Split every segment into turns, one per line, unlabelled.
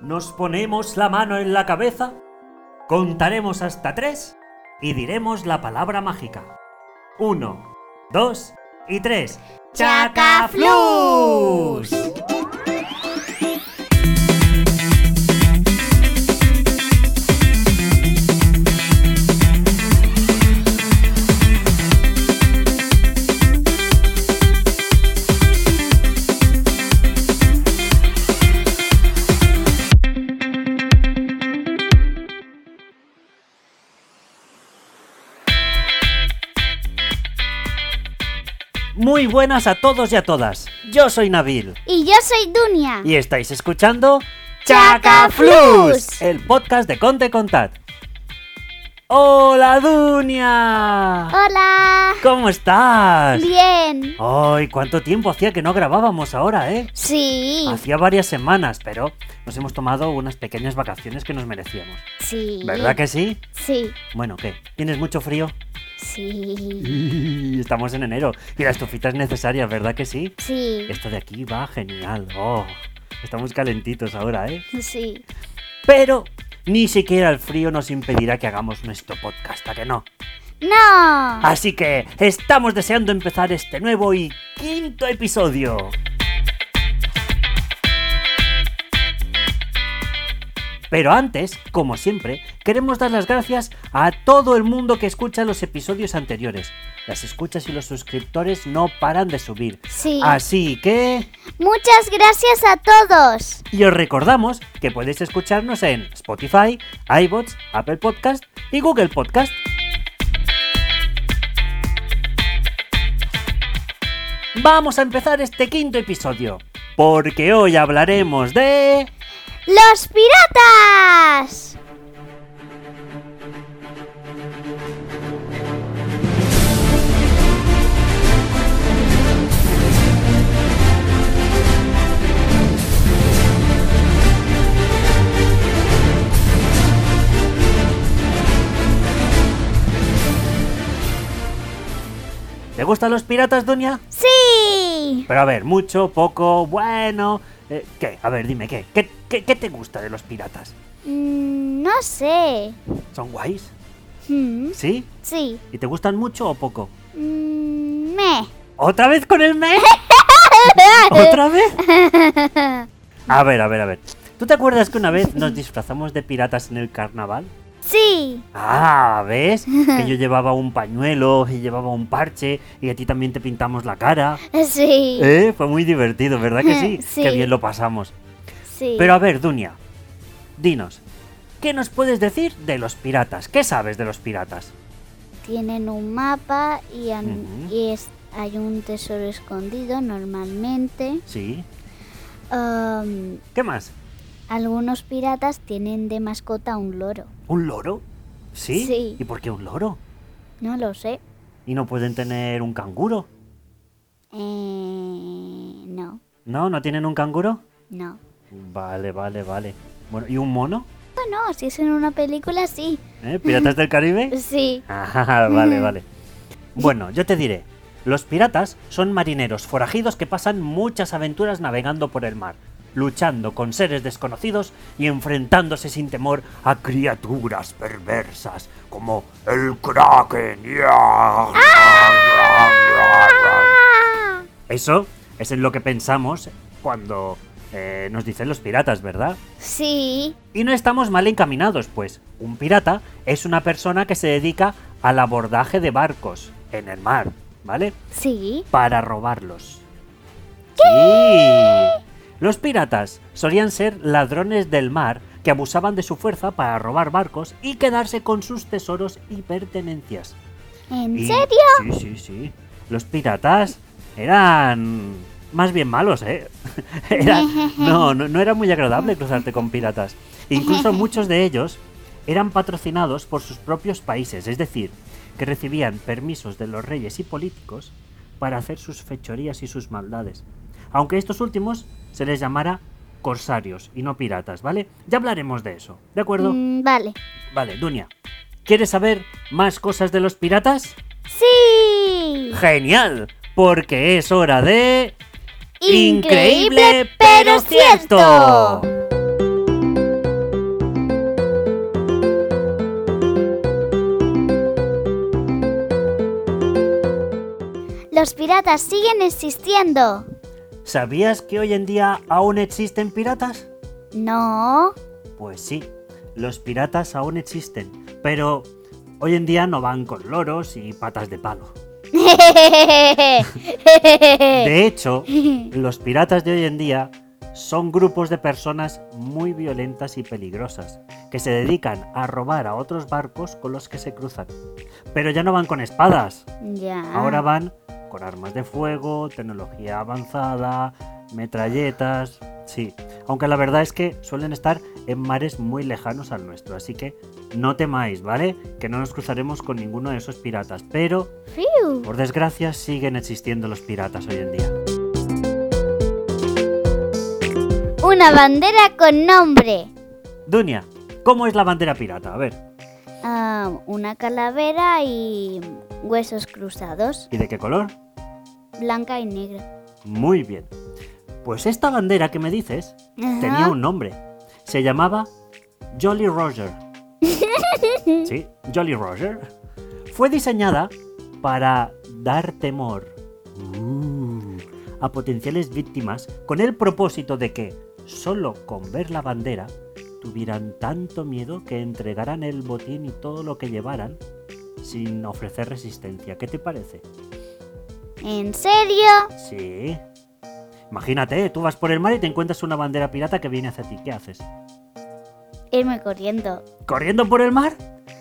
nos ponemos la mano en la cabeza, contaremos hasta tres y diremos la palabra mágica. Uno, dos y tres.
¡Chacaflús!
Muy buenas a todos y a todas. Yo soy Nabil
Y yo soy Dunia.
y estáis escuchando
¡Chacaflús!
el podcast de Conte Contat. ¡Hola, Dunia!
Hola.
¿Cómo estás?
Bien.
¡Ay, cuánto tiempo hacía que no grabábamos ahora, eh!
Sí.
Hacía varias semanas, pero nos hemos tomado unas pequeñas vacaciones que nos merecíamos.
Sí.
¿Verdad que sí?
Sí.
Bueno, ¿qué? ¿Tienes mucho frío?
Sí.
Estamos en enero y la estufita es necesaria, ¿verdad que sí?
Sí.
Esto de aquí va genial. Oh, estamos calentitos ahora, ¿eh?
Sí.
Pero ni siquiera el frío nos impedirá que hagamos nuestro podcast, ¿a que no?
No.
Así que estamos deseando empezar este nuevo y quinto episodio. Pero antes, como siempre, queremos dar las gracias a todo el mundo que escucha los episodios anteriores. Las escuchas y los suscriptores no paran de subir.
Sí.
Así que...
Muchas gracias a todos.
Y os recordamos que podéis escucharnos en Spotify, iBots, Apple Podcast y Google Podcast. Vamos a empezar este quinto episodio, porque hoy hablaremos de...
¡Los piratas!
¿Te gustan los piratas, Dunia?
Sí.
Pero a ver, mucho, poco, bueno... eh, ¿Qué? A ver, dime, ¿qué? ¿Qué, qué, qué te gusta de los piratas?
Mm, no sé.
¿Son guays?
Mm,
¿Sí?
sí.
¿Y te gustan mucho o poco?
Mm, me.
¿Otra vez con el me? ¿Otra vez? A ver, a ver, a ver. ¿Tú te acuerdas que una vez nos disfrazamos de piratas en el carnaval?
Sí.
Ah, ¿ves? Que yo llevaba un pañuelo y llevaba un parche y a ti también te pintamos la cara.
Sí.
¿Eh? Fue muy divertido, ¿verdad que sí?
Sí.
Qué bien lo pasamos.
Sí.
Pero a ver, Dunia, dinos, ¿qué nos puedes decir de los piratas? ¿Qué sabes de los piratas?
Tienen un mapa y, han-
Ujú.
y es- hay un tesoro escondido normalmente.
Sí.
Am,
¿Qué más?
algunos piratas tienen de mascota un loro.
¿Un loro? ¿Sí?
Sí.
¿Y por qué un loro?
No lo sé.
¿Y no pueden tener un canguro?
Eh, no,
¿No? ¿No tienen un canguro?
no.
Vale, vale, vale. Bueno, ¿y un mono?
Bueno, si es en una película, sí.
¿Eh? ¿Piratas del Caribe?
Sí.
Ah, vale, vale. Bueno, yo te diré. Los piratas son marineros forajidos que pasan muchas aventuras navegando por el mar, luchando con seres desconocidos y enfrentándose sin temor a criaturas perversas como el Kraken.
¡Ah!
Eso es en lo que pensamos cuando eh, nos dicen los piratas, ¿verdad?
Sí.
Y no estamos mal encaminados, pues un pirata es una persona que se dedica al abordaje de barcos en el mar, ¿vale?
Sí.
Para robarlos. Sí. Los piratas solían ser ladrones del mar que abusaban de su fuerza para robar barcos y quedarse con sus tesoros y pertenencias.
¿En
Y- Sí,
serio?
sí, sí. Los piratas eran más bien malos, ¿eh? Era- no, no, no era muy agradable cruzarte con piratas. Incluso muchos de ellos eran patrocinados por sus propios países, es decir, que recibían permisos de los reyes y políticos para hacer sus fechorías y sus maldades. Aunque a estos últimos se les llamara corsarios y no piratas, ¿vale? Ya hablaremos de eso, ¿de acuerdo?
Mm, vale.
Vale, Dunia, ¿quieres saber más cosas de los piratas?
Sí.
Genial, porque es hora de...
Increíble, pero cierto. Los piratas siguen existiendo.
¿Sabías que hoy en día aún existen piratas?
No.
Pues sí, los piratas aún existen, pero hoy en día no van con loros y patas de palo. De hecho, los piratas de hoy en día son grupos de personas muy violentas y peligrosas, que se dedican a robar a otros barcos con los que se cruzan. Pero ya no van con espadas,
ya.
ahora van con armas de fuego, tecnología avanzada, metralletas. Sí, aunque la verdad es que suelen estar en mares muy lejanos al nuestro, así que no temáis, ¿vale? Que no nos cruzaremos con ninguno de esos piratas, pero
Fiu.
por desgracia siguen existiendo los piratas hoy en día.
Una bandera con nombre.
Dunia, ¿cómo es la bandera pirata? A ver,
Ah, una calavera y huesos cruzados.
¿y de qué color?
Blanca y negra.
Muy bien. Pues esta bandera que me dices
Ajá.
tenía un nombre. Se llamaba Jolly Roger. Sí, Jolly Roger. Fue diseñada para dar temor uh, a potenciales víctimas con el propósito de que, solo con ver la bandera, tuvieran tanto miedo que entregaran el botín y todo lo que llevaran sin ofrecer resistencia. ¿Qué te parece?
¿En serio?
Sí. Imagínate, tú vas por el mar y te encuentras una bandera pirata que viene hacia ti. ¿Qué haces?
Irme corriendo.
¿Corriendo por el mar?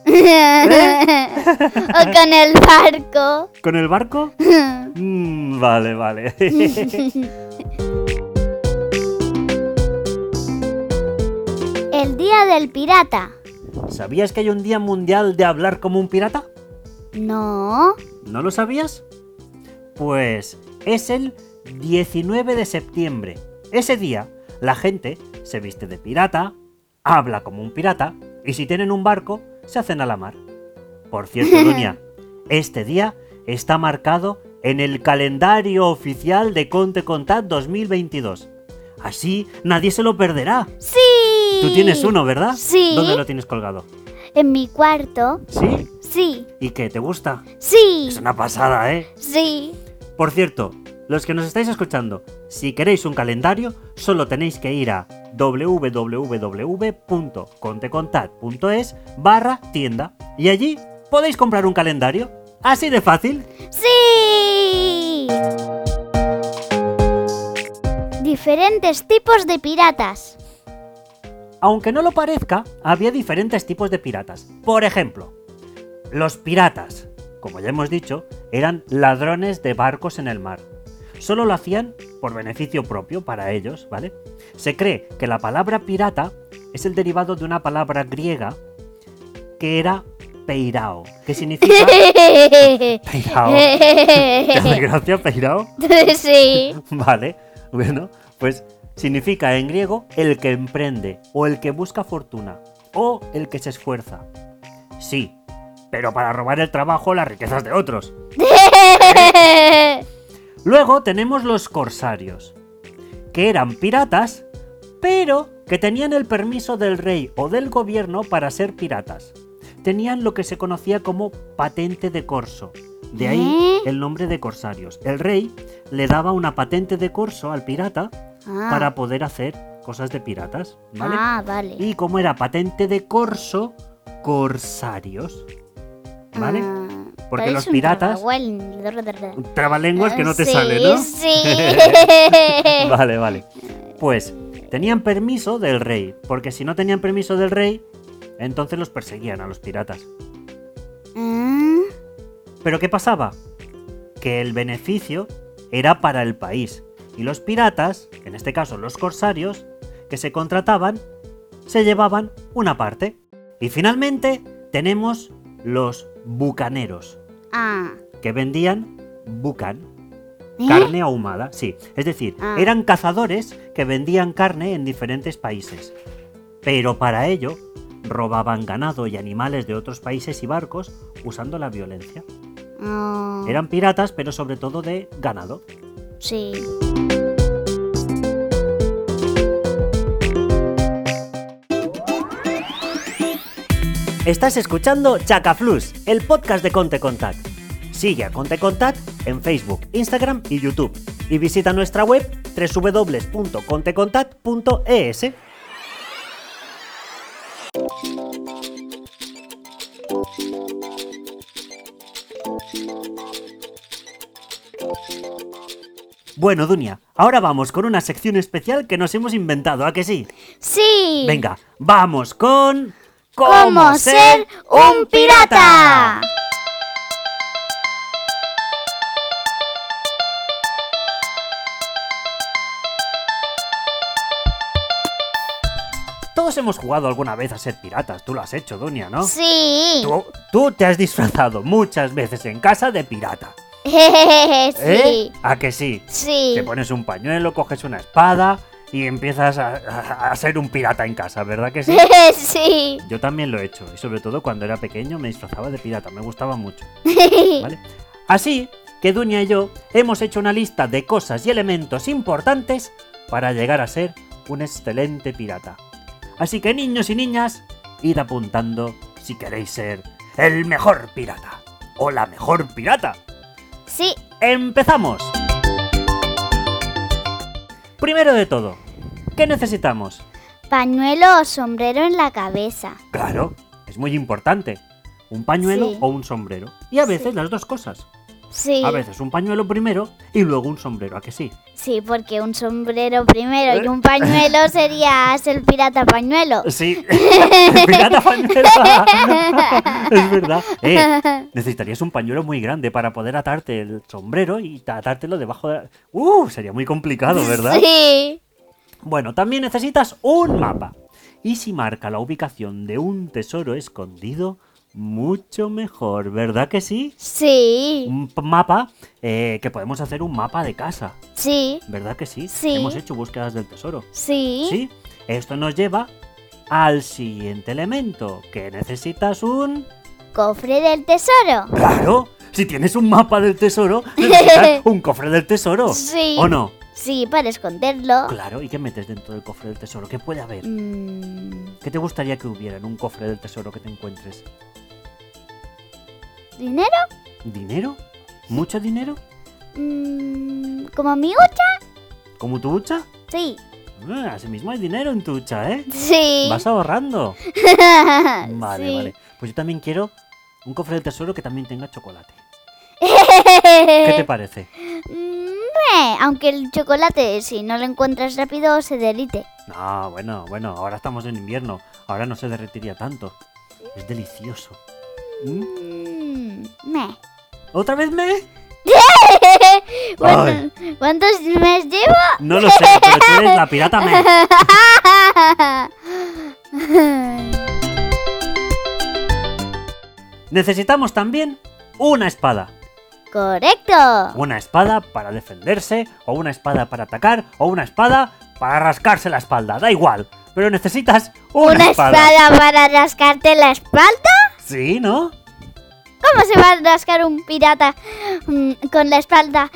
¿Eh?
o con el barco.
¿Con el barco? Mm, vale, vale.
El día del pirata.
¿Sabías que hay un día mundial de hablar como un pirata?
No.
¿No lo sabías? Pues es el 19 de septiembre. Ese día, la gente se viste de pirata, habla como un pirata y si tienen un barco, se hacen a la mar. Por cierto, Dunia, este día está marcado en el calendario oficial de Conte Contat 2022. Así nadie se lo perderá.
Sí.
Tú tienes uno, ¿verdad?
Sí.
¿Dónde lo tienes colgado?
En mi cuarto.
¿Sí?
Sí.
¿Y qué? ¿Te gusta?
Sí.
Es una pasada, ¿eh?
Sí.
Por cierto, los que nos estáis escuchando, si queréis un calendario, solo tenéis que ir a www.contecontat.es barra tienda y allí podéis comprar un calendario. Así de fácil.
Sí. Diferentes tipos de piratas.
Aunque no lo parezca, había diferentes tipos de piratas. Por ejemplo, los piratas, como ya hemos dicho, eran ladrones de barcos en el mar. Solo lo hacían por beneficio propio para ellos, ¿vale? Se cree que la palabra pirata es el derivado de una palabra griega que era peirao, que significa... peirao. ¿Te hace gracia peirao?
sí.
Vale, bueno, pues significa en griego el que emprende o el que busca fortuna o el que se esfuerza. Sí, pero para robar el trabajo las riquezas de otros. Luego tenemos los corsarios, que eran piratas, pero que tenían el permiso del rey o del gobierno para ser piratas. Tenían lo que se conocía como patente de corso. De ahí
¿Eh?
el nombre de corsarios. El rey le daba una patente de corso al pirata
Ah.
para poder hacer cosas de piratas, ¿vale?
Ah, vale.
Y como era patente de corso, corsarios. ¿Vale?
Ah,
Porque
parece
los
un
piratas-
trabahuel.
Trabalenguas que no te
Sí, Ah,
sale, ¿no?
Sí.
Vale, vale. Pues tenían permiso del rey, porque si no tenían permiso del rey, entonces los perseguían a los piratas.
Ah,
Pero ¿qué pasaba? Que el beneficio era para el país. Y los piratas, en este caso los corsarios, que se contrataban, se llevaban una parte. Y finalmente tenemos los bucaneros,
ah.
que vendían bucan,
¿Eh?
Carne ahumada, sí. Es decir,
Ah.
eran cazadores que vendían carne en diferentes países. Pero para ello, robaban ganado y animales de otros países y barcos usando la violencia.
Ah,
Eran piratas, pero sobre todo de ganado.
Sí.
Estás escuchando Chacaflus, el podcast de Conte Contact. Sigue a Conte Contat en Facebook, Instagram y YouTube. Y visita nuestra web www.contecontat.es. Bueno, Dunia, ahora vamos con una sección especial que nos hemos inventado, ¿a que sí?
Sí.
Venga, vamos con...
¿Cómo ser un pirata?
Todos hemos jugado alguna vez a ser piratas, tú lo has hecho, Dunia, ¿no?
Sí.
Tú, tú te has disfrazado muchas veces en casa de pirata.
sí.
¿Eh? ¿A que sí?
Sí.
Te pones un pañuelo, coges una espada y empiezas a, a- a ser un pirata en casa, ¿verdad que sí?
sí.
Yo también lo he hecho, y sobre todo cuando era pequeño me disfrazaba de pirata, me gustaba mucho. ¿vale? Así que Dunia y yo hemos hecho una lista de cosas y elementos importantes para llegar a ser un excelente pirata. Así que niños y niñas, id apuntando si queréis ser el mejor pirata o la mejor pirata.
Sí.
¡Empezamos! Primero de todo, ¿qué necesitamos?
Pañuelo o sombrero en la cabeza.
Claro, es muy importante. Un pañuelo
Sí.
o un sombrero. Y a veces las dos cosas.
Sí.
A veces un pañuelo primero y luego un sombrero, ¿a que sí?
Sí, porque un sombrero primero
¿Eh?
y un pañuelo sería ser pirata pañuelo.
Sí. Pirata pañuelo. es verdad. Eh, necesitarías un pañuelo muy grande para poder atarte el sombrero y ta- atártelo debajo de... la- Uh, sería muy complicado, ¿verdad?
Sí.
Bueno, también necesitas un mapa. Y si marca la ubicación de un tesoro escondido, mucho mejor, ¿verdad que sí?
Sí.
Un p- mapa eh, que podemos hacer un mapa de casa,
Sí.
¿verdad que sí?
Sí.
Hemos hecho búsquedas del tesoro.
Sí.
Sí. Esto nos lleva al siguiente elemento, que necesitas un...
Cofre del tesoro.
Claro, si tienes un mapa del tesoro, necesitas un cofre del tesoro.
Sí.
¿O no?
Sí, para esconderlo.
Claro, ¿y qué metes dentro del cofre del tesoro? ¿Qué puede haber?
Mm,
¿Qué te gustaría que hubiera en un cofre del tesoro que te encuentres?
¿Dinero?
¿Dinero? ¿Mucho dinero?
Mm, ¿Como mi hucha?
¿Como tu hucha?
Sí.
Ah, así mismo hay dinero en tu hucha, ¿eh?
Sí.
Vas ahorrando. Vale,
Sí.
vale. Pues yo también quiero un cofre del tesoro que también tenga chocolate. ¿Qué te parece?
Mm, eh, aunque el chocolate, si no lo encuentras rápido, se derrite.
No, bueno, bueno, ahora estamos en invierno. Ahora no se derretiría tanto. Es delicioso. ¿Mm?
Mm, meh.
¿Otra vez me?
Bueno, ¿Cuántos mes llevo?
No lo sé, pero tú eres la pirata me. Necesitamos también una espada.
Correcto.
Una espada para defenderse, o una espada para atacar, o una espada para rascarse la espalda, da igual. Pero necesitas una,
¿Una espada para rascarte la espalda?
Sí, ¿no?
¿Cómo se va a rascar un pirata mm, con la espalda?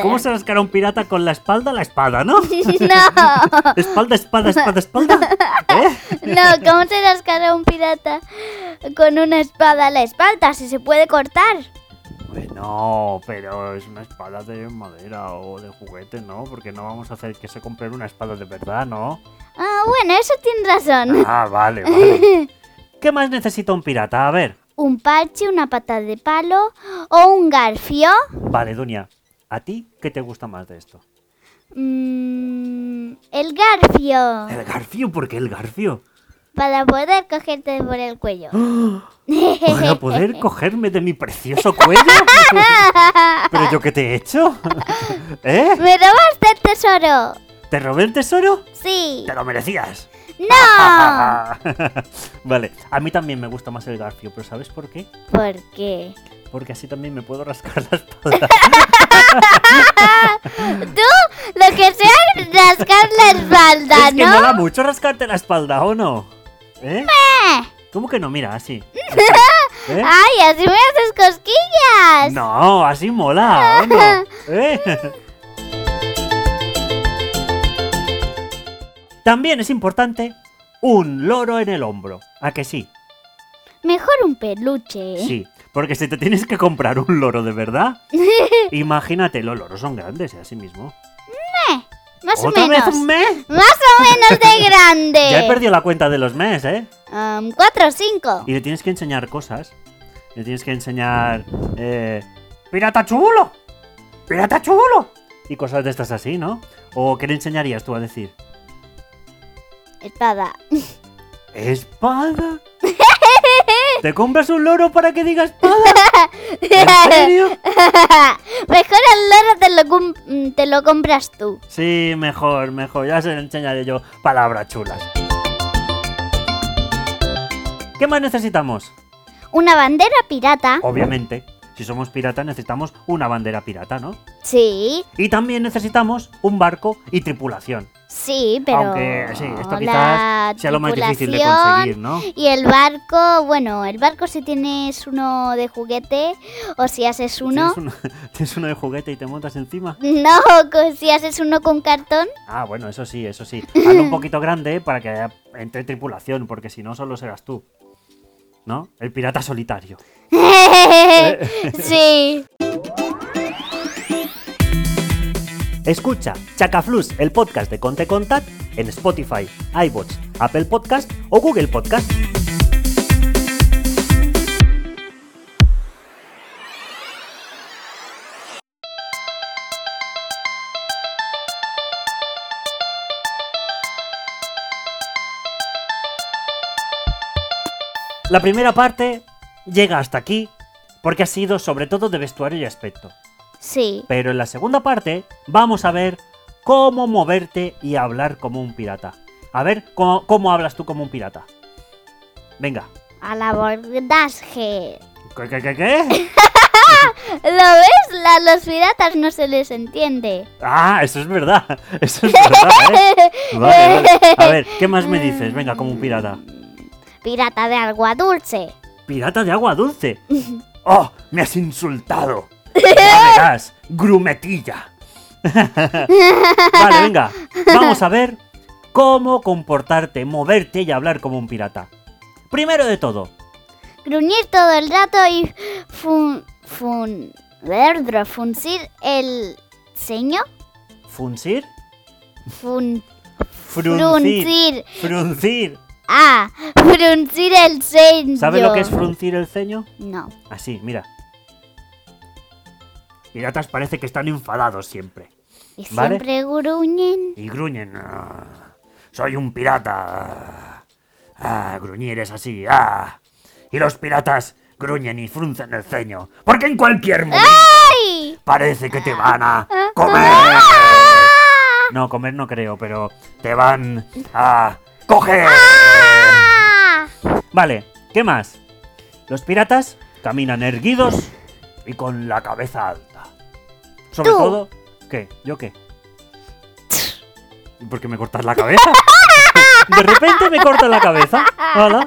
¿Cómo se rascará un pirata con la espalda? La espada, ¿no?
No,
Espalda, espada, espada, espalda. ¿Eh?
no, ¿cómo se rascará un pirata con una espada la espalda si se puede cortar?
Bueno, Pues pero es una espada de madera o de juguete, ¿no? Porque no vamos a hacer que se compre una espada de verdad, ¿no?
Ah, bueno, eso tiene razón.
Ah, vale, vale. ¿Qué más necesita un pirata? A ver.
Un parche, una pata de palo o un garfio.
Vale, Dunia, ¿a ti qué te gusta más de esto?
Mm, el garfio.
El garfio, ¿por qué el garfio?
Para poder cogerte por el cuello.
¿Para poder cogerme de mi precioso cuello? ¿Pero yo qué te he hecho? ¿Eh?
¡Me robaste el tesoro!
¿Te robé el tesoro?
¡Sí!
¡Te lo merecías!
¡No!
vale, a mí también me gusta más el garfio, pero ¿sabes por qué?
¿Por qué?
Porque así también me puedo rascar la espalda.
¡Tú! Lo que sea es rascar la espalda,
es que
¿no?
mola mucho rascarte la espalda, ¿o no? ¿Eh? ¿Cómo que no? Mira, así. ¿Eh?
¡Ay, así me haces cosquillas!
No, así mola, ¿o no? ¿Eh? También es importante un loro en el hombro. ¿A que sí?
Mejor un peluche. ¿eh?
Sí. Porque si te tienes que comprar un loro de verdad, imagínate, los loros son grandes, ¿eh? así mismo.
Más o
¿Otra
menos.
vez un mes?
Más o menos de grande.
Ya he perdido la cuenta de los meses, ¿eh?
Am, cuatro o cinco.
Y le tienes que enseñar cosas. Le tienes que enseñar. Eh, ¡Pirata chulo! ¡Pirata chulo! Y cosas de estas así, ¿no? ¿O qué le enseñarías tú a decir?
Espada.
¿Espada? ¿Te compras un loro para que diga espada? ¿En serio?
Mejor el loro te lo, cum- mm, te lo compras tú.
Sí, mejor, mejor. Ya se lo enseñaré yo palabras chulas. ¿Qué más necesitamos?
Una bandera
Oh.
pirata.
Obviamente, si somos piratas necesitamos una bandera pirata, ¿no?
Sí,
Y también necesitamos un barco y tripulación.
sí, pero.
Aunque sí, esto
la
quizás sea lo más difícil de
tripulación
conseguir, ¿no?
Y el barco, bueno, el barco si tienes uno de juguete o si haces uno.
¿Tienes uno, tienes uno de juguete y te montas encima?
No, co- si haces uno con cartón.
Ah, bueno, eso sí, eso sí. Hazlo un poquito grande para que haya- entre tripulación, porque si no solo serás tú. ¿No? El pirata solitario.
sí.
Escucha Chacaflus, el podcast de Conte Contact, en Spotify, iBots, Apple Podcast o Google Podcast. La primera parte llega hasta aquí porque ha sido sobre todo de vestuario y aspecto.
Sí.
Pero en la segunda parte vamos a ver cómo moverte y hablar como un pirata. A ver cómo, cómo hablas tú como un pirata. Venga.
Al abordaje.
¿Qué, qué, qué, qué?
¿Lo ves? A los piratas no se les entiende.
Ah, eso es verdad. Eso es verdad, ¿eh? Vale, vale. A ver, ¿qué más me dices? Venga, como un pirata.
Pirata de agua dulce.
Pirata de agua dulce. ¡Oh! ¡Me has insultado! Ya verás, grumetilla. vale, venga. Vamos a ver cómo comportarte, moverte y hablar como un pirata. Primero de todo,
Gruñir todo el rato y fun... fun... verdro, funcir el ceño.
funsir,
Fun...
fruncir,
fruncir.
fruncir.
Ah, fruncir el ceño.
¿Sabes lo que es fruncir el ceño?
No.
Así, mira. Piratas parece que están enfadados siempre.
Y
Vale.
siempre gruñen.
Y gruñen. "Ah, soy un pirata. Ah, gruñir es así. Ah. Y los piratas gruñen y fruncen el ceño. Porque en cualquier momento
¡Ay!
parece que te van a comer. No, comer no creo, pero te van a coger.
¡Ah!
Vale, ¿qué más? Los piratas caminan erguidos y con la cabeza alta. Sobre
Tú.
todo, ¿qué? ¿Yo qué? ¿Y ¿Por qué me cortas la cabeza? De repente me cortas la cabeza. Hola.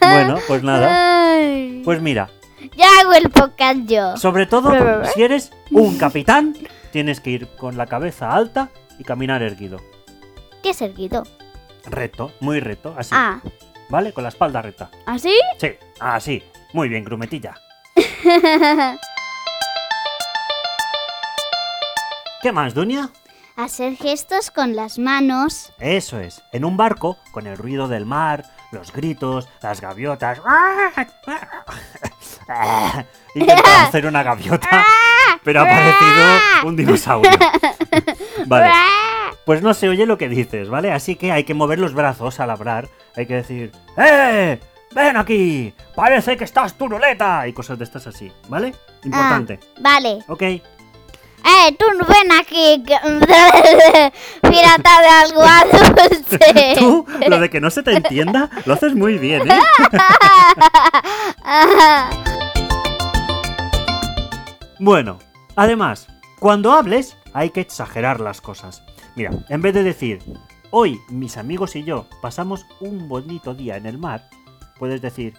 Bueno, pues nada.
Ay.
Pues mira,
Ya hago el podcast yo.
sobre todo
¿eh?
si eres un capitán, tienes que ir con la cabeza alta y caminar erguido.
¿Qué es erguido?
Recto, muy recto, así.
Ah,
¿Vale? Con la espalda recta.
¿así?
¿Ah, Sí, así. Muy bien, grumetilla. ¿Qué más, Dunia?
Hacer gestos con las manos.
Eso es, en un barco, con el ruido del mar, los gritos, las gaviotas. Intentaba hacer una gaviota, pero ha parecido un dinosaurio. Vale, pues no se oye lo que dices, ¿vale? Así que hay que mover los brazos al hablar. Hay que decir, ¡eh! ¡Ven aquí! ¡Parece que estás turuleta! Y cosas de estas así, ¿vale? Importante.
Ah, vale.
Ok.
Eh, tú ven aquí. que- Pirata de agua dulce.
Tú, lo de que no se te entienda, lo haces muy bien, ¿eh?
Ah,
Bueno, además, cuando hables hay que exagerar las cosas. Mira, en vez de decir, hoy mis amigos y yo pasamos un bonito día en el mar, puedes decir,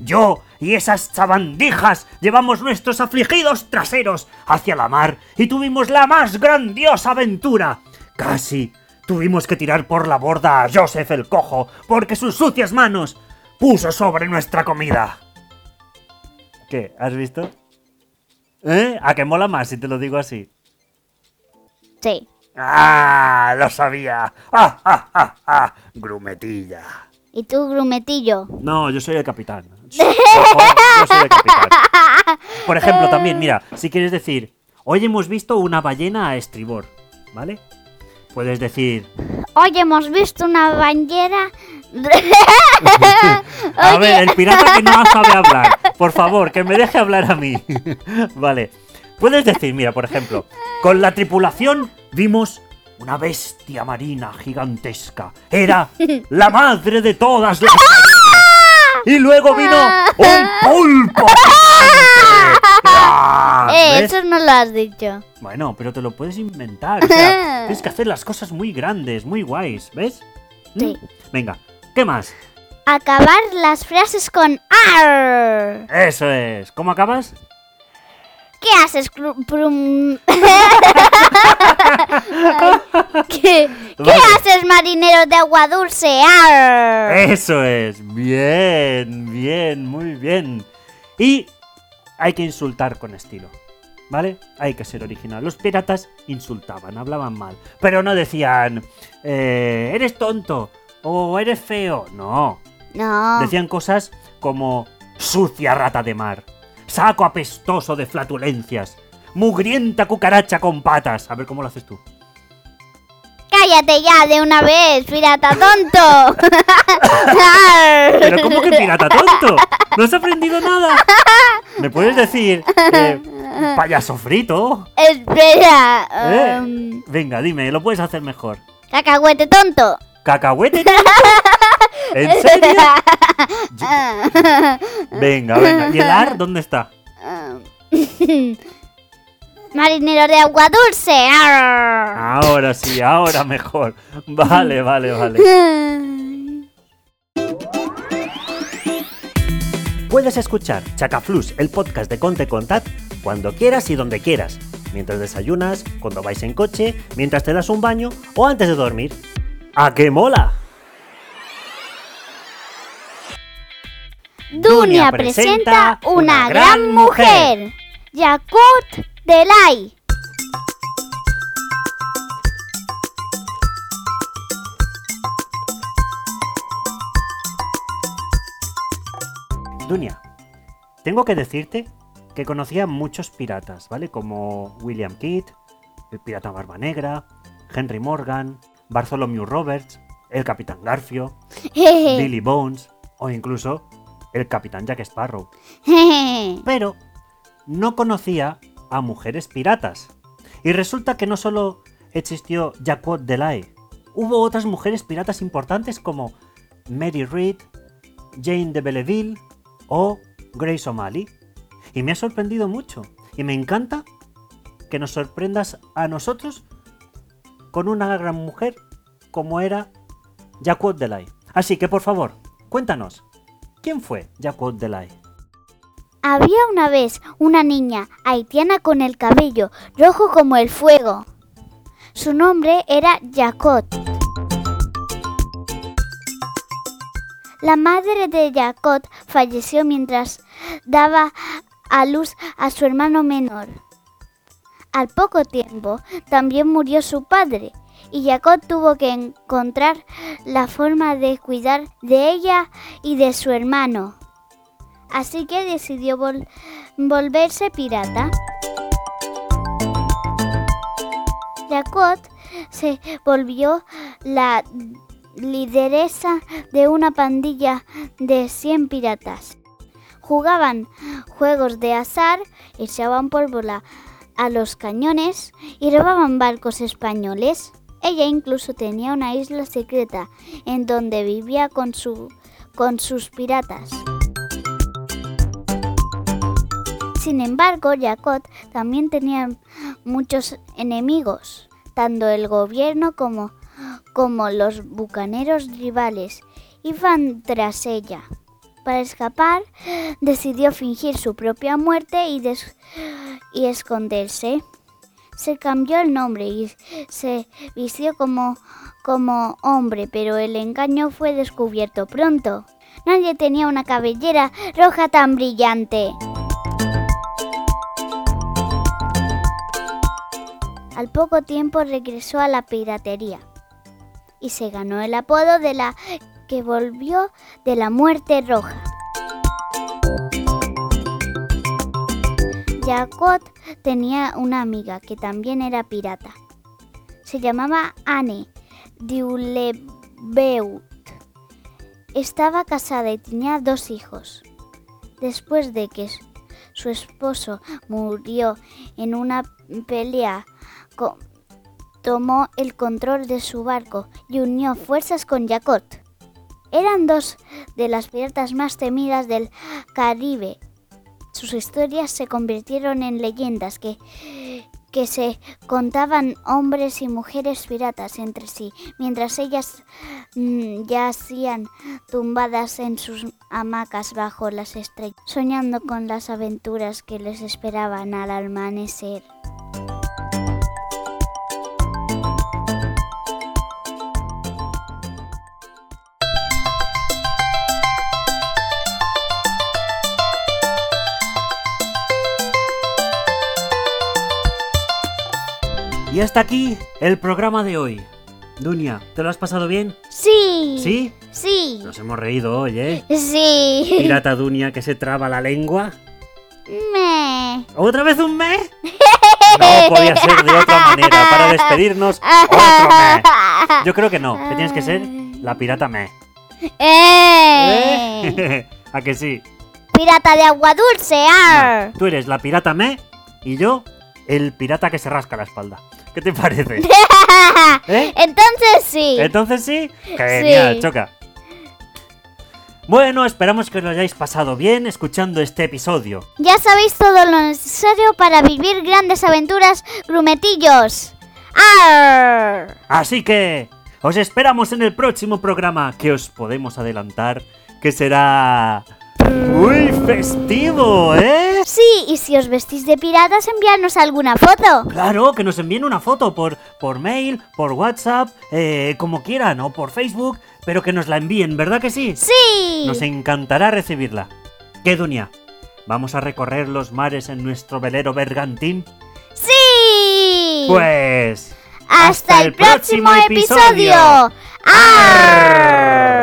yo y esas sabandijas llevamos nuestros afligidos traseros hacia la mar y tuvimos la más grandiosa aventura. Casi tuvimos que tirar por la borda a Joseph el cojo porque sus sucias manos puso sobre nuestra comida. ¿Qué? ¿Has visto? ¿Eh? ¿A que mola más si te lo digo así?
Sí.
¡Ah! ¡Lo sabía! ¡Ah, ah, ah, ah! Grumetilla.
¿Y tú, grumetillo?
No, yo soy el capitán. Yo soy el capitán. Por ejemplo, también, mira, si quieres decir, hoy hemos visto una ballena a estribor, ¿vale? Puedes decir,
Hoy hemos visto una bandera.
A ver, el pirata que no sabe hablar. Por favor, que me deje hablar a mí. vale. Puedes decir, mira, por ejemplo, con la tripulación vimos una bestia marina gigantesca. Era la madre de todas las. ballenas. Y luego vino un pulpo. gigante. ¡Ah!
eh,
¿Ves?
eso no lo has dicho.
Bueno, pero te lo puedes inventar. O sea, tienes que hacer las cosas muy grandes, muy guays, ¿ves? ¿Mm?
Sí.
Venga, ¿qué más?
Acabar las frases con ar.
Eso es. ¿Cómo acabas?
¿Qué haces, cru- prum? ¿Qué, qué
Vale.
haces, marinero de agua dulce? Ar.
Eso es. Bien, bien, muy bien. Y hay que insultar con estilo. ¿Vale? Hay que ser original. Los piratas insultaban, hablaban mal. Pero no decían, eh, eres tonto o eres feo. No.
No.
Decían cosas como sucia rata de mar, saco apestoso de flatulencias, mugrienta cucaracha con patas. A ver cómo lo haces tú.
Cállate ya de una vez, pirata tonto. Ar.
Pero ¿cómo que pirata tonto? ¿No has aprendido nada? ¿Me puedes decir eh, payaso frito?
Espera.
¿Eh?
um,
Venga, dime, lo puedes hacer mejor.
Cacahuete tonto.
¿Cacahuete? tonto? ¿En serio? Venga, venga. ¿Y el ar dónde está?
Marinero de agua dulce. Arr.
Ahora sí, ahora mejor. Vale, vale, vale. Puedes escuchar Chacaflus, el podcast de Conte Contat, cuando quieras y donde quieras. Mientras desayunas, cuando vais en coche, mientras te das un baño o antes de dormir. ¡A que mola!
Dunia presenta una gran mujer. Yakut Delay.
Dunia, tengo que decirte que conocía muchos piratas, ¿vale? Como William Kidd, el pirata Barba Negra, Henry Morgan, Bartholomew Roberts, el capitán Garfio, Billy Bones o incluso el capitán Jack Sparrow. pero no conocía a mujeres piratas. Y resulta que no solo existió Jacquot Delay, hubo otras mujeres piratas importantes como Mary Read, Jane de Belleville o Grace O'Malley. Y me ha sorprendido mucho. Y me encanta que nos sorprendas a nosotros con una gran mujer como era Jacquot Delay. Así que por favor, cuéntanos, ¿quién fue Jacquot Delay?
Había una vez una niña haitiana con el cabello rojo como el fuego. Su nombre era Jacot. La madre de Jacot falleció mientras daba a luz a su hermano menor. Al poco tiempo también murió su padre y Jacot tuvo que encontrar la forma de cuidar de ella y de su hermano. Así que decidió vol- volverse pirata. Jacot se volvió la lideresa de una pandilla de 100 piratas. Jugaban juegos de azar, echaban pólvora a los cañones y robaban barcos españoles. Ella incluso tenía una isla secreta en donde vivía con, su, con sus piratas. Sin embargo, Jacot también tenía muchos enemigos, tanto el gobierno como, como los bucaneros rivales iban tras ella. Para escapar, decidió fingir su propia muerte y, des- y esconderse. Se cambió el nombre y se vistió como, como hombre, pero el engaño fue descubierto pronto. Nadie tenía una cabellera roja tan brillante. Al poco tiempo regresó a la piratería y se ganó el apodo de la que volvió de la muerte roja. Jacot tenía una amiga que también era pirata. Se llamaba Anne Dulebeut. Estaba casada y tenía dos hijos. Después de que su esposo murió en una pelea, co- tomó el control de su barco y unió fuerzas con Jacot. Eran dos de las piratas más temidas del Caribe. Sus historias se convirtieron en leyendas que, que se contaban hombres y mujeres piratas entre sí, mientras ellas mm, yacían tumbadas en sus hamacas bajo las estrellas, soñando con las aventuras que les esperaban al amanecer.
Y hasta aquí el programa de hoy. Dunia, ¿te lo has pasado bien?
Sí.
¿Sí?
Sí.
Nos hemos reído hoy, ¿eh?
Sí.
Pirata Dunia que se traba la lengua.
Me.
¿Otra vez un mes? No podía ser de otra manera. Para despedirnos, otro mes. Yo creo que no, que tienes que ser la pirata me.
¡Eh!
¿Eh? Ah. ¿A que sí?
Pirata de agua dulce, ar.
Tú eres la pirata me y yo el pirata que se rasca la espalda. ¿Qué te parece? ¿Eh?
Entonces sí.
Entonces sí, genial, choca. Bueno, esperamos que os lo hayáis pasado bien escuchando este episodio.
Ya sabéis todo lo necesario para vivir grandes aventuras, grumetillos. Ar.
Así que os esperamos en el próximo programa que os podemos adelantar que será muy festivo, ¿eh?
Sí, y si os vestís de piratas, enviarnos alguna foto.
Claro, que nos envíen una foto por, por mail, por WhatsApp, eh, como quieran, o por Facebook, pero que nos la envíen, ¿verdad que sí?
Sí.
Nos encantará recibirla. ¿Qué, Dunia? ¿Vamos a recorrer los mares en nuestro velero bergantín?
Sí.
Pues...
Hasta el próximo episodio. Ar.